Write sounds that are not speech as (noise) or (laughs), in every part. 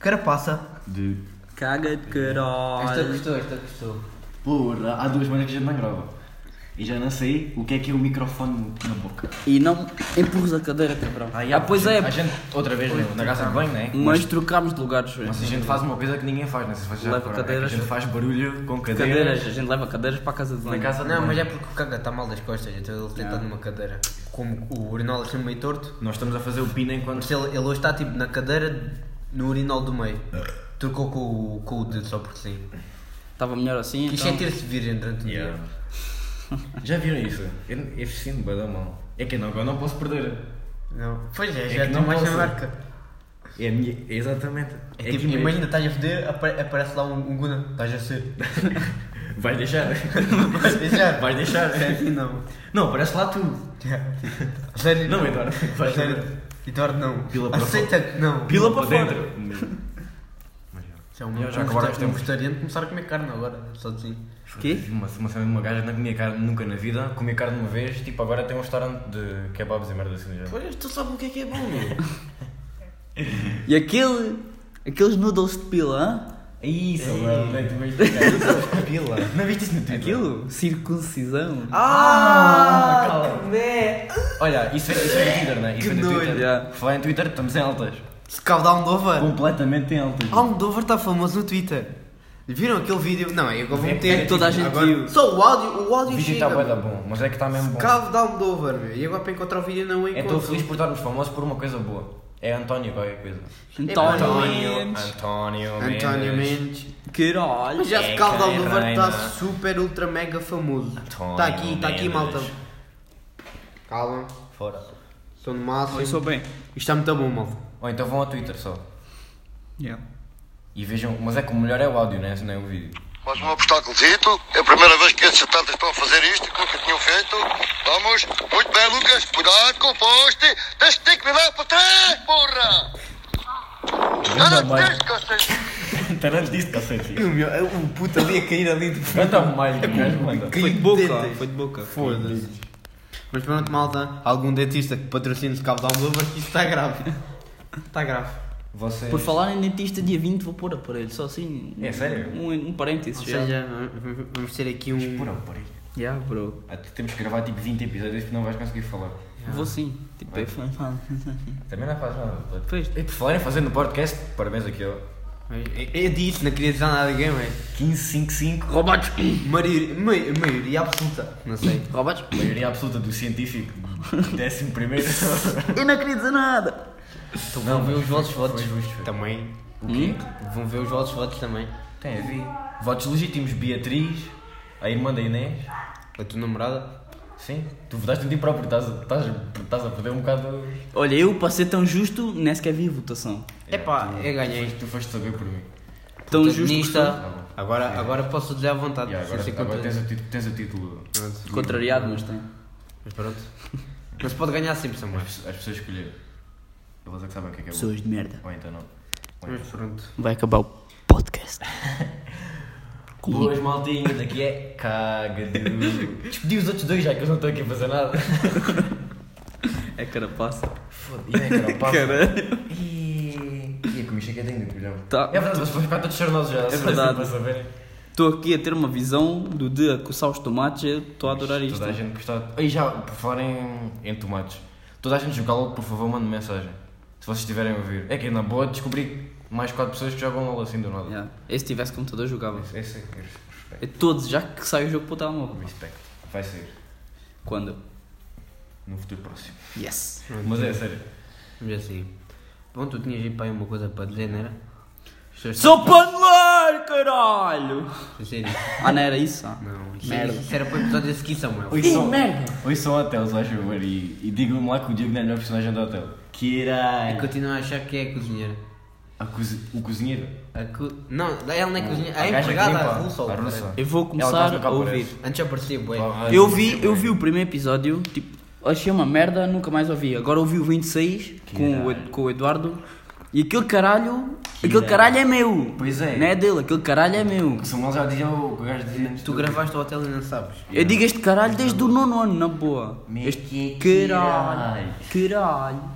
Carapaça. De Caga de Esta caralho. gostou, esta gostou. porra, há duas semanas que já não grava. E já não sei o que é que é o microfone na boca. E não empurres a cadeira, cabrão. Ah, já, pois a é. gente- A gente, outra vez, né, na casa de banho, né? Mas trocámos de lugares. assim. Mas a gente faz uma coisa que ninguém faz, não sei se vocês já Leva repararam, é que cadeiras. A gente faz barulho com cadeiras. Cadeiras, a gente leva cadeiras para a casa de Na banho. casa de Não, banho. mas é porque o Caga está mal das costas, então ele tenta numa cadeira. Como o urinol é sempre meio torto, Nós estamos a fazer o pino enquanto. mas ele, ele hoje está tipo na cadeira, no urinol do meio. Trocou com o, com o dedo só porque sim. Estava melhor assim, Quis então... sentir-se virgem durante o Yeah. dia. (laughs) já viram isso? Eu, eu sinto bem da mão. É que não, eu não posso perder. Não. Pois é, É já que estou não mais na posso. marca. É a minha. Exatamente. É É tipo, que mesmo. imagina, estás a foder, apare- aparece lá um, um Guna, estás a (laughs) ser. Vais deixar. (laughs) Já. Vais deixar. é? Sim, não. Não, parece lá tu. A Sério? Não, é Eduardo. A Vais Sério? Eduardo, não. Pila para Aceita que não. Pila Não. para dentro. Já, um, Já já um, acabaram os vegeta- um tempos. vegetariano começar a comer carne agora, só assim. Quê? Uma, uma cena de uma gaja que não comia carne nunca na vida, comia carne uma vez, tipo agora tem um restaurante de kebabs e merda assim. Já. Pois, tu sabes o que é que é bom, (laughs) meu. E aquele... Aqueles noodles de pila, hã? É isso, mano. (laughs) Pila. Não viste isso no Twitter? Aquilo? Circuncisão. Ah, Olha, isso é, isso é do Twitter, não é? Isso Que é do doido. Twitter. Yeah. Falar em Twitter, estamos em altas. Caudal um Dover. Tá Completamente em altas. um Alm Dover está famoso no Twitter. Viram aquele vídeo? Não, é eu vou meter. que toda a gente viu. Só o áudio, o O áudio vídeo chega. está bué da bom, mas é que está mesmo bom. Cavo Down um Dover, meu. E agora para encontrar o vídeo não o É encontro. tão feliz por estarmos famosos por uma coisa boa. É António qualquer coisa. António Mendes. António Mendes. António Mendes. Caralho. Mas já É se Cavo Down quem Dover está reina. super, ultra, mega famoso. António Está aqui, está aqui, Mendes. malta. Calma, Fora. estou no máximo. Oi, sou bem. Isto está muito bom, malta. Ou então vão ao Twitter só. Yeah. E vejam, mas é que o melhor é o áudio, né? não é o vídeo. Mais um obstáculozito. É a primeira vez que estes atletas estão a fazer isto, que nunca tinham feito. Vamos. Muito bem, Lucas. Cuidado com o poste. Tens que ter que virar para trás, porra! Não, não, tens que vocês- Tarante disse que aceito O meu, o puto ali a cair ali de Canta mais, que o gajo manda. Foi de boca. Foi de boca. Foda-se. Mas pronto, malta, algum dentista que patrocine o cabo da Almova, isto está grave. Está grave. Vocês. Por falar em dentista, dia 20 vou pôr aparelho. Só assim... É sério? Ah, Um, um parênteses. Ou já. seja, v- vamos ter aqui um. Por amor. Yeah, bro. Até Temos que gravar tipo 20 episódios que não vais conseguir falar. Vou sim. Tipo, é fã. Também não faz nada. Pois. E por falar em fazer no podcast, parabéns aqui ó. Eu, eu disse, É, não queria dizer nada a ninguém, mas. 1555, Roubados. Maioria, mai- maioria absoluta. Não sei. Roubados. maioria absoluta do científico, 11 primeiro. Eu não queria dizer nada. Então vão ver os vossos votos. Também. Hum? Vão ver os vossos votos também. Tem a ver. Votos legítimos, Beatriz, a irmã da Inês. A tua namorada. Sim, tu votaste em ti próprio, estás, a- estás, a- estás a perder um bocado. Olha, eu, para ser tão justo, nem sequer vi a votação. Epá, eu ganhei. Tá Tu foste saber por mim. Tão justo que Protagonista. sou. Agora, É. agora tá posso dizer à vontade. E agora, sem ser agora contra- tens, o título, tens o título. Contrariado, mas tem. Mas pronto. Não se pode ganhar sempre, Samuel. As, as pessoas escolheram. Elas é que sabem o que é que é bom. Pessoas de merda. Ou então não. Ou Mas então. pronto. Vai acabar o podcast. Boas maltinhas, aqui é cagadu. (laughs) Despedi os outros dois já que eu não estou aqui a fazer nada. (laughs) É carapaça. Foda-se. E é que não passa. Caralho. E e a comida que eu tenho de colhão. Tá. É É verdade, vocês vão ficar todos charnosos já. só verdade. Para saberem. Estou aqui a ter uma visão do de acossar os tomates. eu Estou a adorar isto. Toda a gente gostar. E já, por falar em, em tomates, toda a gente joga logo, por favor, mande mensagem. Se vocês estiverem a ouvir. É que na boa descobri mais 4 pessoas que jogam LOL assim do nada. Yeah. E se tivesse computador, jogava. Esse é respeito. É todos, já que sai o jogo para o telemóvel. Respect. Vai sair. Quando? No futuro próximo. Yes. Mas é sério. Mas assim. Bom, tu tinhas aí para aí uma coisa para dizer, não era? Sou Sou paneleiro, caralho! Sério? Ah, não era isso? Ah. Não, isso, é Merda. isso era para o episódio a seguir, Samuel. Oi, Ih, são, merda. Oi, são hotéis, acho favor. E, e digam-me lá que o Diogo não é o melhor personagem do hotel. Que E era. continuo a achar que é a cozinheira. A cozi- o cozinheiro. A co... Não, ela não é cozinheira. A gaja que empregada, limpa, a russa. ou A caralho. russa. Eu vou Ela começar quase nunca a ouvir. aparece. Antes aparecia, bué. Ah, Eu nunca vi, eu aparece. vi o primeiro episódio, tipo, achei uma merda, nunca mais ouvi. Agora ouvi o 26 com o, Ed- com o Eduardo e aquele caralho, aquele irado. caralho é meu. Pois é. Não é dele, aquele caralho é meu. O Samuel já dizia o que o gajo dizia antes Tu do- gravaste o hotel e não sabes. Eu digo este caralho desde o nono ano, na boa. Me Este que caralho, caralho.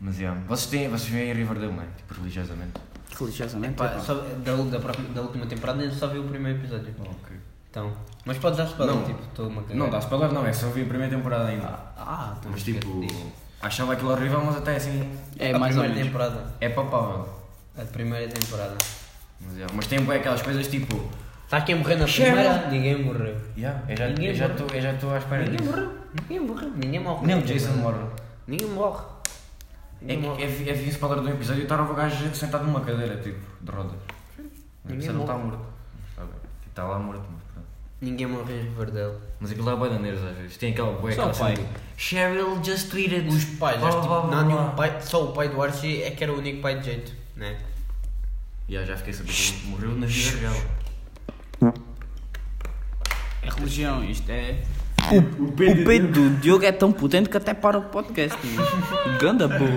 Mas é, vocês, têm, vocês vêm em Riverdale, não é? Tipo, religiosamente. Religiosamente. Pá, epá. só da, da, próxima- da última temporada eu só vi o primeiro episódio. Ah, Ok. Então. Mas podes dar spoiler, Não. tipo, estou uma cagada. Não, dá spoiler não, é só vi a primeira temporada ainda. Ah, então Mas esquece tipo, disso. achava aquilo horrível, mas até assim É, a mais ou primeira menos. temporada. é palpável. A primeira temporada. Mas, é, mas tem bué aquelas coisas tipo. Está quem morrer na Cheryl. primeira? Ninguém morreu. Yeah, eu já Ninguém eu já morre. estou- eu já estou à espera Ninguém disso. morreu. Ninguém morreu. Ninguém morre. Nem o Ninguém Jason morre. Ninguém morre. É, Ninguém que- morre. é, vi- é, vi o spoiler do episódio e estava o gajo sentado numa cadeira, tipo, de rodas. Ninguém Você não está morre. morto. Está bem. Tipo, Está lá morto, mas pronto. Ninguém morre é em Riverdale. Mas aquilo dá bué de nervos às vezes. Tem aquela bué Só o aquela cena pai. de, Cheryl just tweeted. Os pais, blá, acho blá, tipo, blá, não há blá, nenhum blá. pai, só o pai do Archie é que era o único pai de jeito, né? Yeah, já fiquei sabendo que ele morreu na vida real. É religião, isto é. O, peito do Diogo é tão potente que até para o podcast. mano. Ganda boa.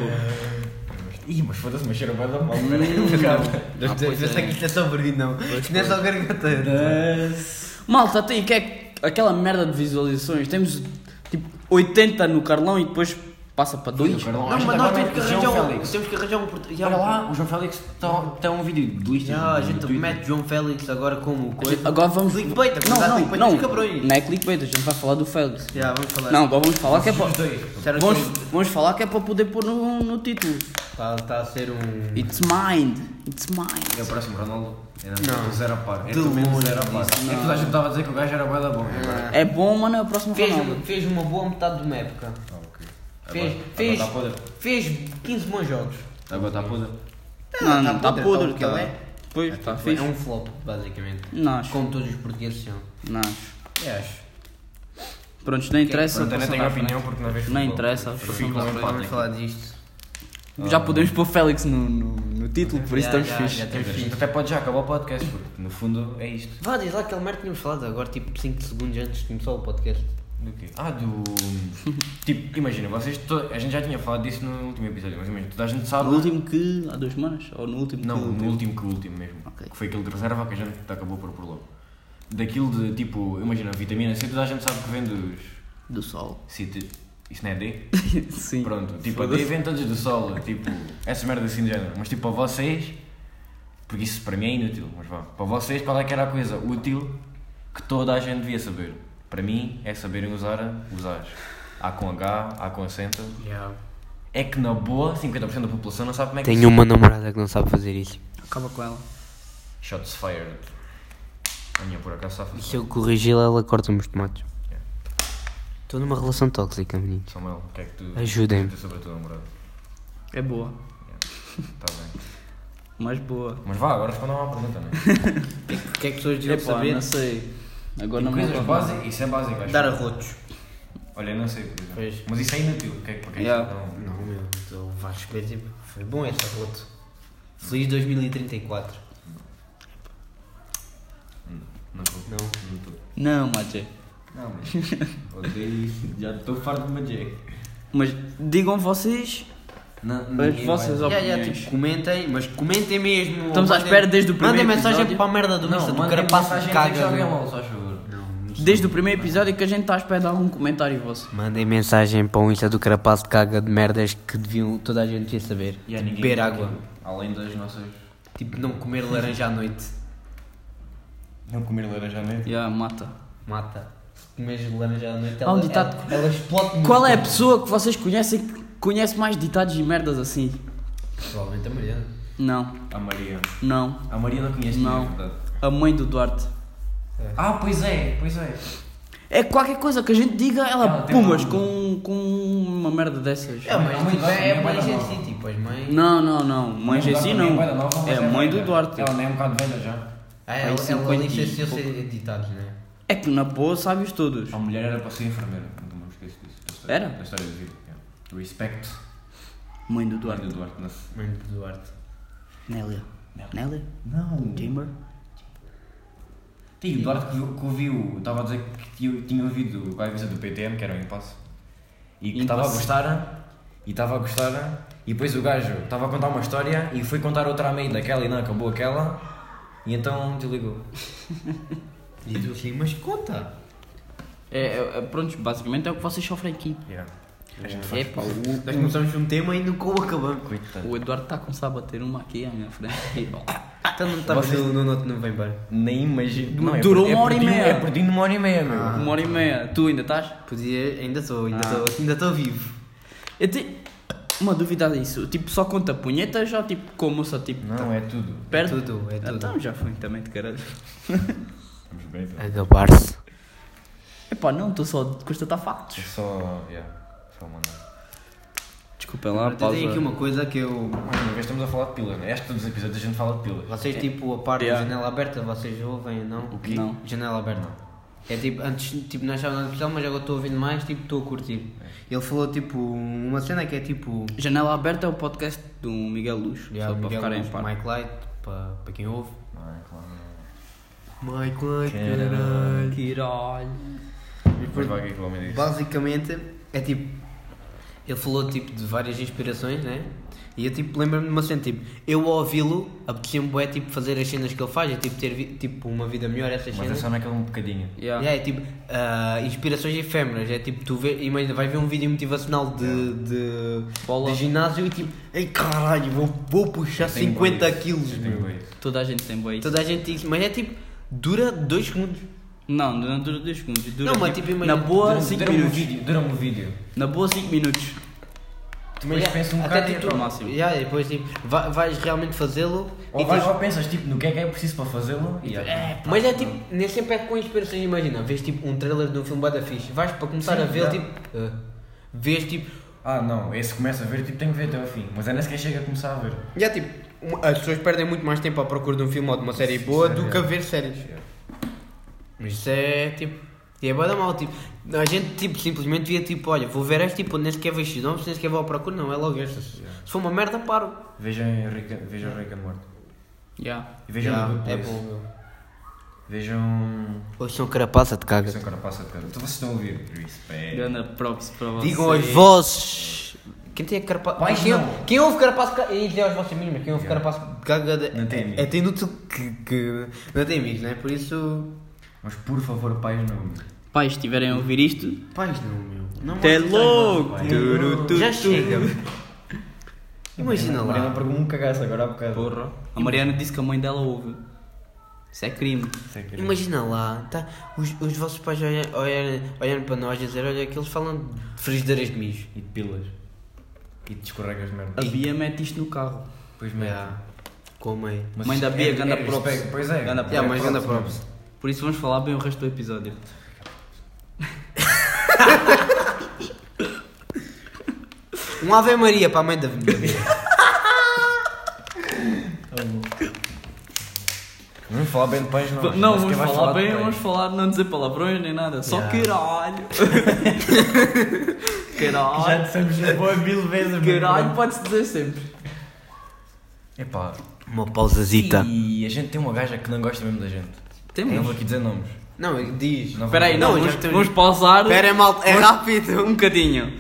Ih, mas foda-se, mas cheira bué da mal. (laughs) Eu sei pois é. que isto é tão perdido, não. Isto não é só garganta. Malta, até aí que é aquela merda de visualizações? Temos tipo 80 no Carlão e depois passa para 2. Carlão, Não, acho mas que nós agora temos que é João arranjar um. Félix. Temos que arranjar um português. Olha lá, o João Félix está um vídeo de listas. Ah, a no gente Twitter. mete João Félix agora como coisa. Agora vamos. Clickbait, não, dá não, clickbait não, dos cabrões. não é clickbait, a gente vai falar do Félix. Já, vamos falar. Não, agora vamos falar que é Os para. dois. Será que Vamos, eu- vamos falar que é para poder pôr no, no título. Está tá a ser um. It's mind, it's mind. É o próximo Ronaldo. Era Não. zero a par. É De tu mesmo longe zero a par. É que toda a gente estava a dizer que o gajo era bué da bom. Agora- É bom, mano, é o próximo Fez, um, Ronaldo. fez uma boa metade de uma época. Ah, ok. Agora- Fez, agora fez, tá podre. fez 15 bons jogos. Agora está podre. Não, tá não, está podre, podre, tá- que ele tá- é. Pois, está É fixe. um flop, basicamente. Não acho. Como todos os portugueses são. Não acho. Eu É, acho. Pronto, não interessa. Pronto, eu nem passando tenho à frente. opinião porque tá não vejo Não futebol. interessa. Eu passando fico lá à em frente. paz. Vamos falar disto. Já podemos pôr Félix no, no, no título, por isso Já, estamos já, fixe. já temos A fixe. gente É até pode já acabar o podcast porque no fundo é isto. Vá, diz lá aquele merda que tínhamos falado agora, tipo 5 segundos antes de começar o podcast. Do quê? Ah, (laughs) do. tipo, imagina, vocês. to- A gente já tinha falado disso no último episódio, mas imagina, toda a gente sabe. Ah, No último que. há duas semanas? Ou no último Não, que. no último que o último mesmo. Ok. Que foi aquele de reserva que a gente acabou por pôr logo. Daquilo de tipo, imagina, vitamina C, toda a gente sabe que vem dos. Do (laughs) sol. City. Isso não é D? Sim. Pronto, tipo, a D Foda-se. vem todos do sol, tipo, essas merdas assim de género. Mas tipo, para vocês, porque isso para mim é inútil, mas vá. Para vocês, qual é que era a coisa útil que toda a gente devia saber? Para mim, é saberem usar os A's. A com H, A com acento. É que na boa, 50% da população não sabe como é que se- uma namorada que não sabe fazer isso. Acaba com ela. Shots fired. A minha por acaso safa. eu corrigi-la, ela corta-me os tomates. Estou numa relação tóxica, menino. Samuel, o que é que tu. Ajudem-me. tu sobre a tua namorada? É boa. Está bem. Mais boa. Mas vá, agora respondam à pergunta, não é? O que é que pessoas deviam Epá, saber? não sei. Agora não me Coisas lembro. básicas, isso é básico, acho. Dar arrotos. Olha, eu não sei, por exemplo. Pois. Mas isso é inútil. O que é que para quem Yeah. não- Não, meu, o Vasco é tipo, foi bom esse arroto. Feliz 2034. Não estou. Não. Não estou. Não, Maté. Não, mas. (laughs) Odeio isso. Já estou farto de magia. Mas digam vocês Não, as ninguém vossas vai- Já, opiniões. já, tipo, comentem, mas comentem mesmo. Estamos à espera desde o primeiro Mandem mensagem episódio. para a merda do Insta, do mandem carapaço mensagem, de diz caga. alguém meu. mal, só favor. Desde o primeiro episódio que a gente está à espera de algum comentário vosso. Mandem mensagem para o Insta do carapaço de caga de merdas que deviam, toda a gente devia saber. Yeah, ninguém- Beber água. Além das nossas. Tipo, não comer laranja à noite. Não comer laranja à noite. Yeah, mata. Mata. Se comeres laranja à noite, Há ela, um ditado- ela, ela explode Hum. no Qual é a estômago. pessoa que vocês conhecem que conhece mais ditados e merdas assim? Provavelmente a Mariana. Não, A Maria. não, A Maria não conhece Não. ninguém, é verdade. a mãe do Duarte. Ah, pois é, pois é. É qualquer coisa que a gente diga, ela, Ela tem um- pumas uma- com, com uma merda dessas. É, mas mãe tipo, vai- é minha mãe mãe vai em dar si, tipo, as mães. Não, não, não, mãe Não, Duarte Jessi não. também é bué da nova, mas É a mãe do velha. Duarte. Ela nem é um bocado velha já. Ah, Aí ela, sim, ela coitadinho, licenciou-se pouco. em ditados, né? É que na boa sabes todos. A mulher era para ser enfermeira. Nunca me esqueço disso. Da história- Era? Da história de vida. yeah. Respect. Mãe do Eduardo Duarte. Duarte Nascimento. Mãe do Duarte. Nélia. Nélia? Não. Timber? Tem o Duarte que, que ouviu, estava a dizer que tinha, tinha ouvido a avisa do PTM, que era um impasse. E que Impasse. estava a gostar, e estava a gostar, e depois o gajo estava a contar uma história e foi contar outra a meio daquela e não acabou aquela, e então desligou. E tu assim, mas conta! É, é, é, pronto, basicamente é o que vocês sofrem aqui. Yeah. A gente É, faz pá, Nós o, começamos um tema e ainda com o acabamos. Coitado. o Eduardo tá um está a começar a bater uma aqui à minha frente. (laughs) Então não está Vocês- no Note não vem embora. Nem imagino. Não, é Durou perdi- uma hora e perdi- meia. É perdido uma hora e meia, meu. Ah. Uma hora e meia. Tu ainda estás? Podia, ainda estou, ainda Ah. estou, ainda estou vivo. É Eu tenho uma dúvida disso. Tipo, só conta punhetas ou tipo como só tipo. Então. Não, é tudo. Perde? tudo, é tudo. Então já foi também de caralho. Estamos bem, É então. Acabar-se. Epá, não, estou só de tá constatar factos. É só. Yeah, só mandar. Desculpem lá, Eu pausa. tenho aqui uma coisa que eu. Mais uma vez estamos a falar de pilas, né? Acho que todos os episódios a gente fala de pilas. Vocês, tipo, a parte É. Yeah. da janela aberta, vocês ouvem, não? O quê? Não. Janela aberta. É tipo, antes, tipo, não achava nada especial, mas agora estou ouvindo mais, tipo, estou a curtir. Ele falou, tipo, uma cena que é tipo. Janela aberta é o podcast do Miguel Luz. Yeah, só para Miguel ficarem Luz, a par. Mike Light, para, para quem ouve. Não é, claro. não. Mike Light, Caralho. caralho. Caralho. E Depois depois, vai o que é que o homem disse. basicamente, é tipo. Ele falou, tipo, de várias inspirações, né? E eu, tipo, lembro-me de uma cena, tipo, eu ao ouvi-lo, apetecia-me, é, tipo, fazer as cenas que ele faz, é, tipo, ter, vi- tipo, uma vida melhor, essas Mas é cenas. só naquele um bocadinho. Yeah. Yeah, é tipo, ah, inspirações efêmeras. É tipo, tu vê, imagina, vai ver um vídeo motivacional de, de, Bola. de ginásio e tipo, ei caralho, vou, vou puxar Eu tenho 50 bué isso. quilos, Eu tenho meu. bué isso. Toda a gente tem boi. Toda a gente diz, mas é tipo, dura 2 segundos. Não, não dura 2 segundos. Dura Não, mas tipo, imagina- Na boa, Dura- 5 Dura-me o minutos. vídeo. Dura-me o vídeo. Na boa, 5 minutos. Também Yeah, pensa um até bocado e tipo, é tu- pronto. máximo. yeah, e depois tipo, vai- vais realmente fazê-lo. e Ou, vais, depois- ou pensas tipo no que é que é preciso para fazê-lo e yeah. Mas é tipo, nem sempre é com inspirações, imagina, vês tipo um trailer de um filme bué da fixe, vais para começar Sim, a ver, yeah. tipo, ah, vês tipo, Ah não, esse começa a ver, tipo tenho que ver até ao fim. Mas ainda sequer chega a começar a ver. Já, tipo, um- as pessoas perdem muito mais tempo à procura de um filme ou de uma série boa Sério, do que a é. ver séries. Yeah. Mas isso é, tipo, e é bué da mal, tipo, a gente, tipo, simplesmente via, tipo, olha, vou ver este, tipo, nem sequer vejo nomes, nem sequer vou à procura, não, é logo este. Se se for uma merda, paro. Vejam Rick, vejam Rick and Morty. Yeah. E vejam o Good é Place. bom, meu. Vejam... Hoje são carapaça de caga. São Carapaça de Cara. Então vocês estão a ouvir. Respect. Ganda props para vocês. Digam as vozes. Quem tem carapaça... Pais Quem, não. quem ouve carapaça de caga... E dizer aos vossos amigos, mas quem ouve Yeah. carapaça de caga... de- Não tem amigos. É, é inútil que, que... Não tem amigos, né? Por isso... Mas por favor, pais não. Pai, se estiverem a ouvir isto, Pais não, meu. Não até mais- logo! pai. Turu, tu, Já tu. chega. Imagina A Mariana lá. pegou um cagaço agora há bocado. Porra. A Mariana disse que a mãe dela ouve. Isso é crime. Sei que- Imagina lá, tá, os, os vossos pais olharem olharem- olharem para nós e dizer, olha que eles falam de frigideiras de mijo. E de pilas. E de escorregas mesmo. A Bia mete isto no carro. Pois mesmo. Com a mãe. Mas Mãe da isto Bia, é- ganda é props. respect, Pois é. Ganda Yeah, mas ganda props. props. Por isso vamos falar bem o resto do episódio. Um Ave Maria para a mãe da vida. Vamos falar bem de pais não. não, Mas quem vamos vai falar de bem, pais? vamos falar, não dizer palavrões nem nada. Só Yeah. caralho. Já caralho. dissemos (laughs) já boa mil vezes. mas Caralho, pronto. pode-se dizer sempre. Epá. Uma pausazita. E a gente tem uma gaja que não gosta mesmo da gente. Não vou Tá. Temos. aqui dizer nomes. Não, diz. Não vou- Espera aí, não, Não, já vamos, temos. vamos pausar. Espera, é mal, é Vamos- rápido. Um bocadinho.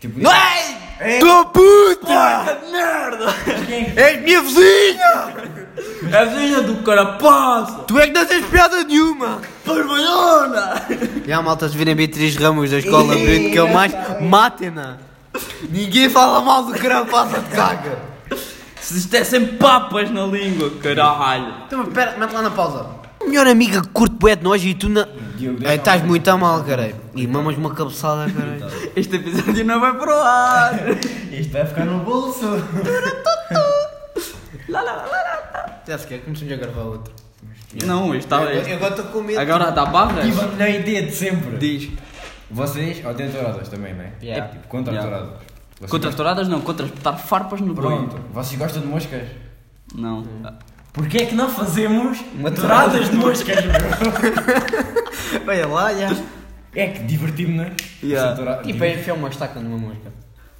Tipo, Não é? Tua puta! quem És É minha vizinha! É a vinha do carapaço! Tu é que não tens piada nenhuma! Parvalhona! E há malta se virem Beatriz Ramos da (laughs) escola Brito que eu mais matem-na! Ninguém fala mal do carapaça de caga! Se isto é sem papas na língua, caralho! Então, pera, mete lá na pausa. Melhor amiga que curte bué de nós e tu na... Diogo, deixa Eh, Estás lá. muito a mal, caralho. E mamas uma cabeçada, caralho. Este episódio não vai para o ar! (laughs) Isto vai ficar no bolso. Lá, lá, lá, lá. (laughs) Já se quer, começamos a gravar outro. Não, isto está Eu bem. agora estou com medo. Agora dá barras? Tive Tipo, a melhor ideia de sempre. Diz. Vocês odeiam touradas também, não é? Yeah. Tipo, contra Yeah. touradas. Vocês Contra touradas não, contra espetar farpas no banho. Pronto, vocês gostam de moscas? Não. Porquê é que não fazemos Uma touradas de (laughs) moscas, meu? Olha lá, já. É que diverti-me, não é? Yeah. Tipo, é E para Tipo, é enfiar uma estaca numa mosca.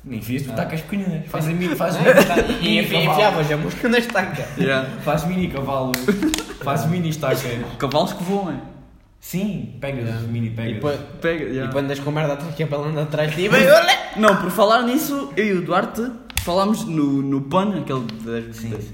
Nem fiz tu tacas pequeninas. Ah. Faz a (laughs) mini, faz E mini enfi- cavalo. enfiavas a mosca na estaca. Yeah. Faz mini cavalo. Faz mini estacas. Cavalos que voam. Sim, pegas os mini E pegas. depois Pega, e yeah. depois andas com merda atrás que é para ela andar atrás de (laughs) ti. e vai, olha! Não, por falar nisso, eu e o Duarte falámos no, no PAN, aquele das. Sim, sim.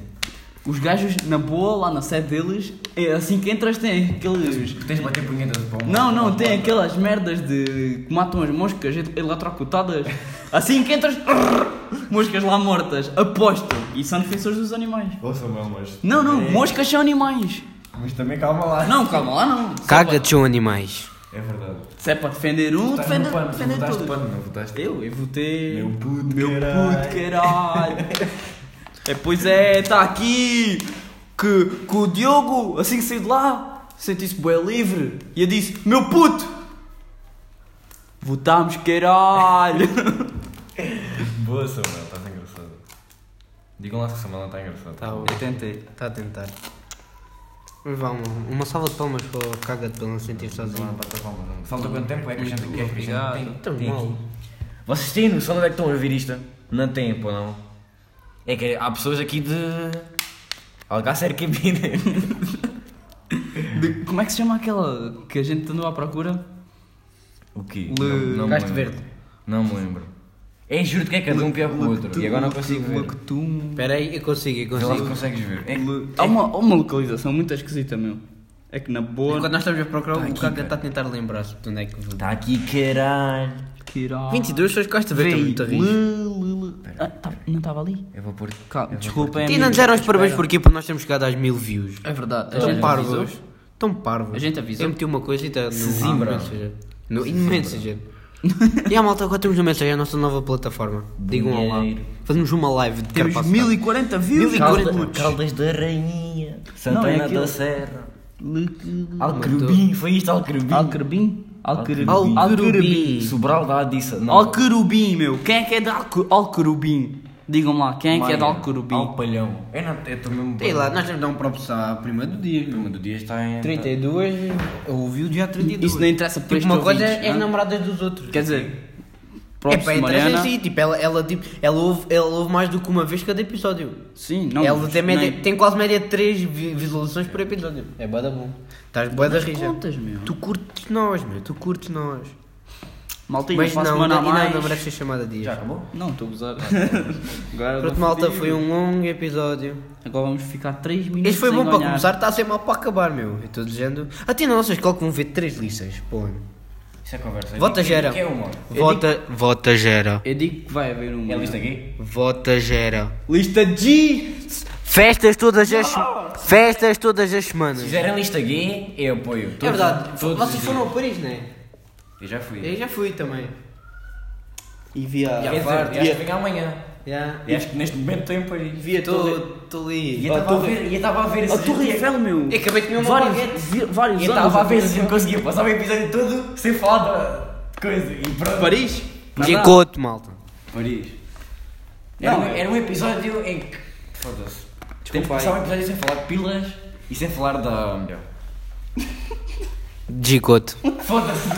Os gajos, na boa, lá na sede deles, é assim que entras, tem aqueles. Tu tens de bater punhetas para uma- Não, para não, uma tem porta. aquelas merdas de. que matam as moscas eletrocutadas. Assim que entras. (laughs) Moscas lá mortas, aposto. E são defensores dos animais. Ouça, meu, mas. Não, não, É, moscas são animais. Mas também calma lá. Não, calma lá, não. Se é para- Caga-te, são animais. É verdade. Se é para defender um, Votaste defende, no pano, tu defende votaste todos. pano, Tá não votaste. Eu, eu votei. Meu puto, Meu caralho. puto, caralho. é, pois é, está aqui. Que, que o Diogo, assim que saiu de lá, senti-se bem livre. E eu disse: Meu puto, votámos, (laughs) caralho. Boa, Samuel, estás engraçado. Digam lá se o Samuel não está engraçado. Tá bom. eu tentei. Está a tentar. Mas vá, uma, uma salva de palmas para o caga-te para ele não se sentir Não, sozinho. não bata palma, não. Falta quanto tempo é que a gente quer que a Obrigado. gente Tão tem? Tem mal. aqui. Vocês têm noção de onde é que estão a ouvir isto? Não têm, pô, não. É que há pessoas aqui de. Algácer Cabine. De- como é que se chama aquela que a gente andou à procura? O quê? Le- me Castro lembro. Verde. Não me lembro. É, juro que é cada um pior que o outro. E agora não consigo ver. Lactum. Espera aí, eu consigo, eu Vê lá se consigo. consegues ver. É que- Há uma, há uma localização muito esquisita, meu. É que na boa. Enquanto nós estamos a procurar, Tá o aqui, caga cara. está a tentar lembrar-se de onde é que... Está tá aqui, caralho. Ah. Caralho. 22 pessoas Costa Verde, Veio. estão muito a Lê, rir. lê, lê. Ah, tá- não estava ali? Eu vou pôr. Calma, desculpem. E não nos deram os parabéns Espera. porquê? Porque nós temos chegado às mil views. É verdade. Tão parvos. Tão parvos. A gente avisou. Eu meti uma coisa e está no Sesimbra. Messenger. No, e no Messenger. e a malta, agora temos no Messenger, a nossa nova plataforma. Digam olá. Dinheiro. Fazemos uma live de Temos Carpaço. 1040 views. 1040 Calma. Caldas da Rainha. Não, é Santana aquilo. da Serra. Le- Alquerubim, foi isto Alquerubim. Alquerubim? Alquerubim. Alquerubim. Alquerubim. Sobral da Adissa. Não, Alquerubim, meu. Quem é que é de Alque- Alquerubim? Digam-me lá, quem é que é de Maia. Alquerubim? Alpalhão. Eu É, não, eu estou mesmo... Sei lá, nós temos de Então, dar um props à prima do dia. O primo do dia está em... 32, eu ouvi o dia 32. Isso não interessa para Tipo, estes uma coisa ouvintes. é as hã? namoradas dos outros. Quer dizer, é props para de entrar Mariana. assim, tipo, ela, ela, tipo, ela ouve, ela ouve mais do que uma vez cada episódio. Sim, não. é- ela tem, média- nem- tem quase média de 3 visualizações por episódio. É boa da bom. Estás boa da rija. Contas, meu. Tu curtes nós, meu. Tu curtes nós. Maltinha, Mas para a não, semana não, a e não, mais. não merece ser chamada dias. Já acabou? Não, estou a (laughs) gozar. Agora Pronto, vou malta, pedir. foi um longo episódio. Agora vamos ficar 3 minutos. Este foi sem bom para ganhar. começar, está a ser mal para acabar, meu. Eu estou dizendo. Até na nossa escola que vão ver 3 listas. Pô. Isso é conversa. Vota Diz- diz gera. o que é humor? Vota, vota gera. Eu digo que vai haver um. É a lista aqui? Vota gera. Lista G! Festas todas as. Festas todas as semanas. Se fizerem lista gay, eu apoio. É Todos- verdade. todos Vocês os foram dias. a Paris, não é? Eu já fui. Eu já fui também. E via. Quer Já fui. dizer, Eu acho que venho amanhã. Já. Eu acho que neste momento um estou em Paris. Via todo. Estou E ali. eu a estava a torre- ver... E eu estava a ver... A Torre Eiffel, meu! Eu acabei de comer uma vários, baguete. vi- vários E anos. estava a ver se a gente conseguia passar o episódio todo sem falar da coisa. E pronto. Paris? Nada. Gicote, malta. Paris. Era, Não. um, era um episódio em que. Foda-se. Tem que Desculpa aí. passar um episódio sem falar de pilas e sem falar da. (laughs) Gicote. Foda-se.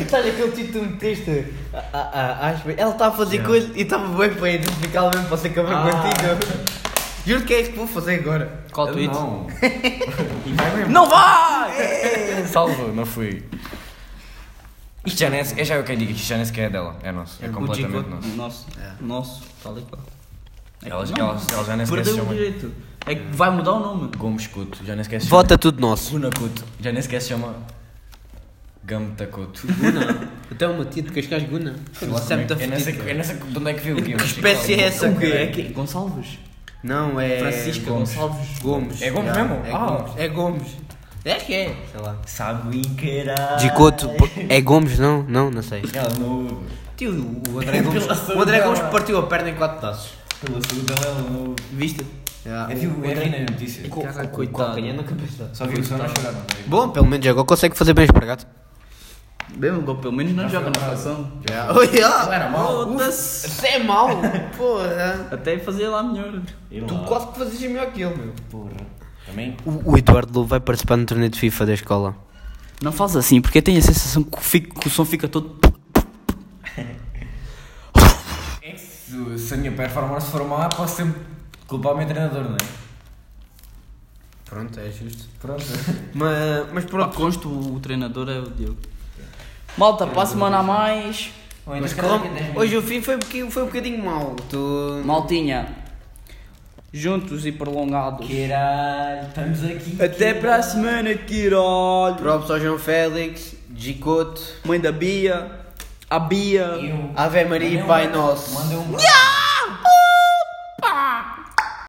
Estás aquele título de texto? Ah, ah, ah, acho bem. Ela está a fazer coisa e estava bem para identificá-la mesmo para você acabar contigo. Juro que é isso que vou fazer agora. Qual tweet? Não. e vai mesmo. Não vai! (laughs) Salvo, não fui. Isto já nem é, é já o que eu digo, isto já nem sequer é dela, é nosso, é, É o completamente Chico. nosso. Nosso. Nosso. Tal e qual. É Elas, que- elas, elas já nem sequer se Perdeu o chamam direito. É que vai mudar o nome. Gomes Couto, já nem sequer se chama Vota tudo nosso. Luna Couto, já nem sequer se chama Gamta Couto. Guna. Até Então é uma tia de Cascais Guna. Sempre Eu nem sei é eu nem sei de onde é que viu o é Que espécie é essa? O quê? É caralho? que- Gonçalves? Não, é. Francisca Gomes. Gonçalves. Gomes. É Gomes Já, mesmo? É Ah. Gomes. É Gomes. É que é. Sei lá. Sabe em caralho. Gicote. É Gomes? Não, não, não sei. Ela é novo. Tio, o André Gomes. saúde o André dela. Gomes partiu a perna em quatro pedaços. Pela saúde dela, ela novo. Viste? Já, Eu o- vi o o André- Henry na notícia. Com- Cara, com- coitado. Com a canha na cabeça. Só vi o Sonora chorar, não é? Bom, pelo menos agora consegue fazer bem esfregado. Bem, bom, pelo menos não joga na fração. Não era mau. Foda-se. Isso é (laughs) mau. Porra. Até fazer lá melhor. E Tu lá. quase que fazias melhor que ele, meu. Porra. Também? O, o Eduardo Lobo vai participar no torneio de FIFA da escola. Não faz assim, porque eu tenho a sensação que, fico- que o som fica todo. É que se, se a minha performance for má, posso sempre culpar o meu treinador, não é? Pronto, é justo. (laughs) Pronto. Mas, mas Pronto, pronto. consto o treinador é o Diogo. Malta, para a semana a mais. Ou então Mas se calhar correu- daqui a 10 hoje o fim foi um bocadinho, foi um bocadinho mau. Tu... Maltinha, juntos e prolongados. Caralho, estamos aqui. Até para a semana, Quirol. Props ao João Félix, Gicote, Mãe da Bia, a Bia. Eu. Ave Maria e Pai Nosso. Manda um. Yeah!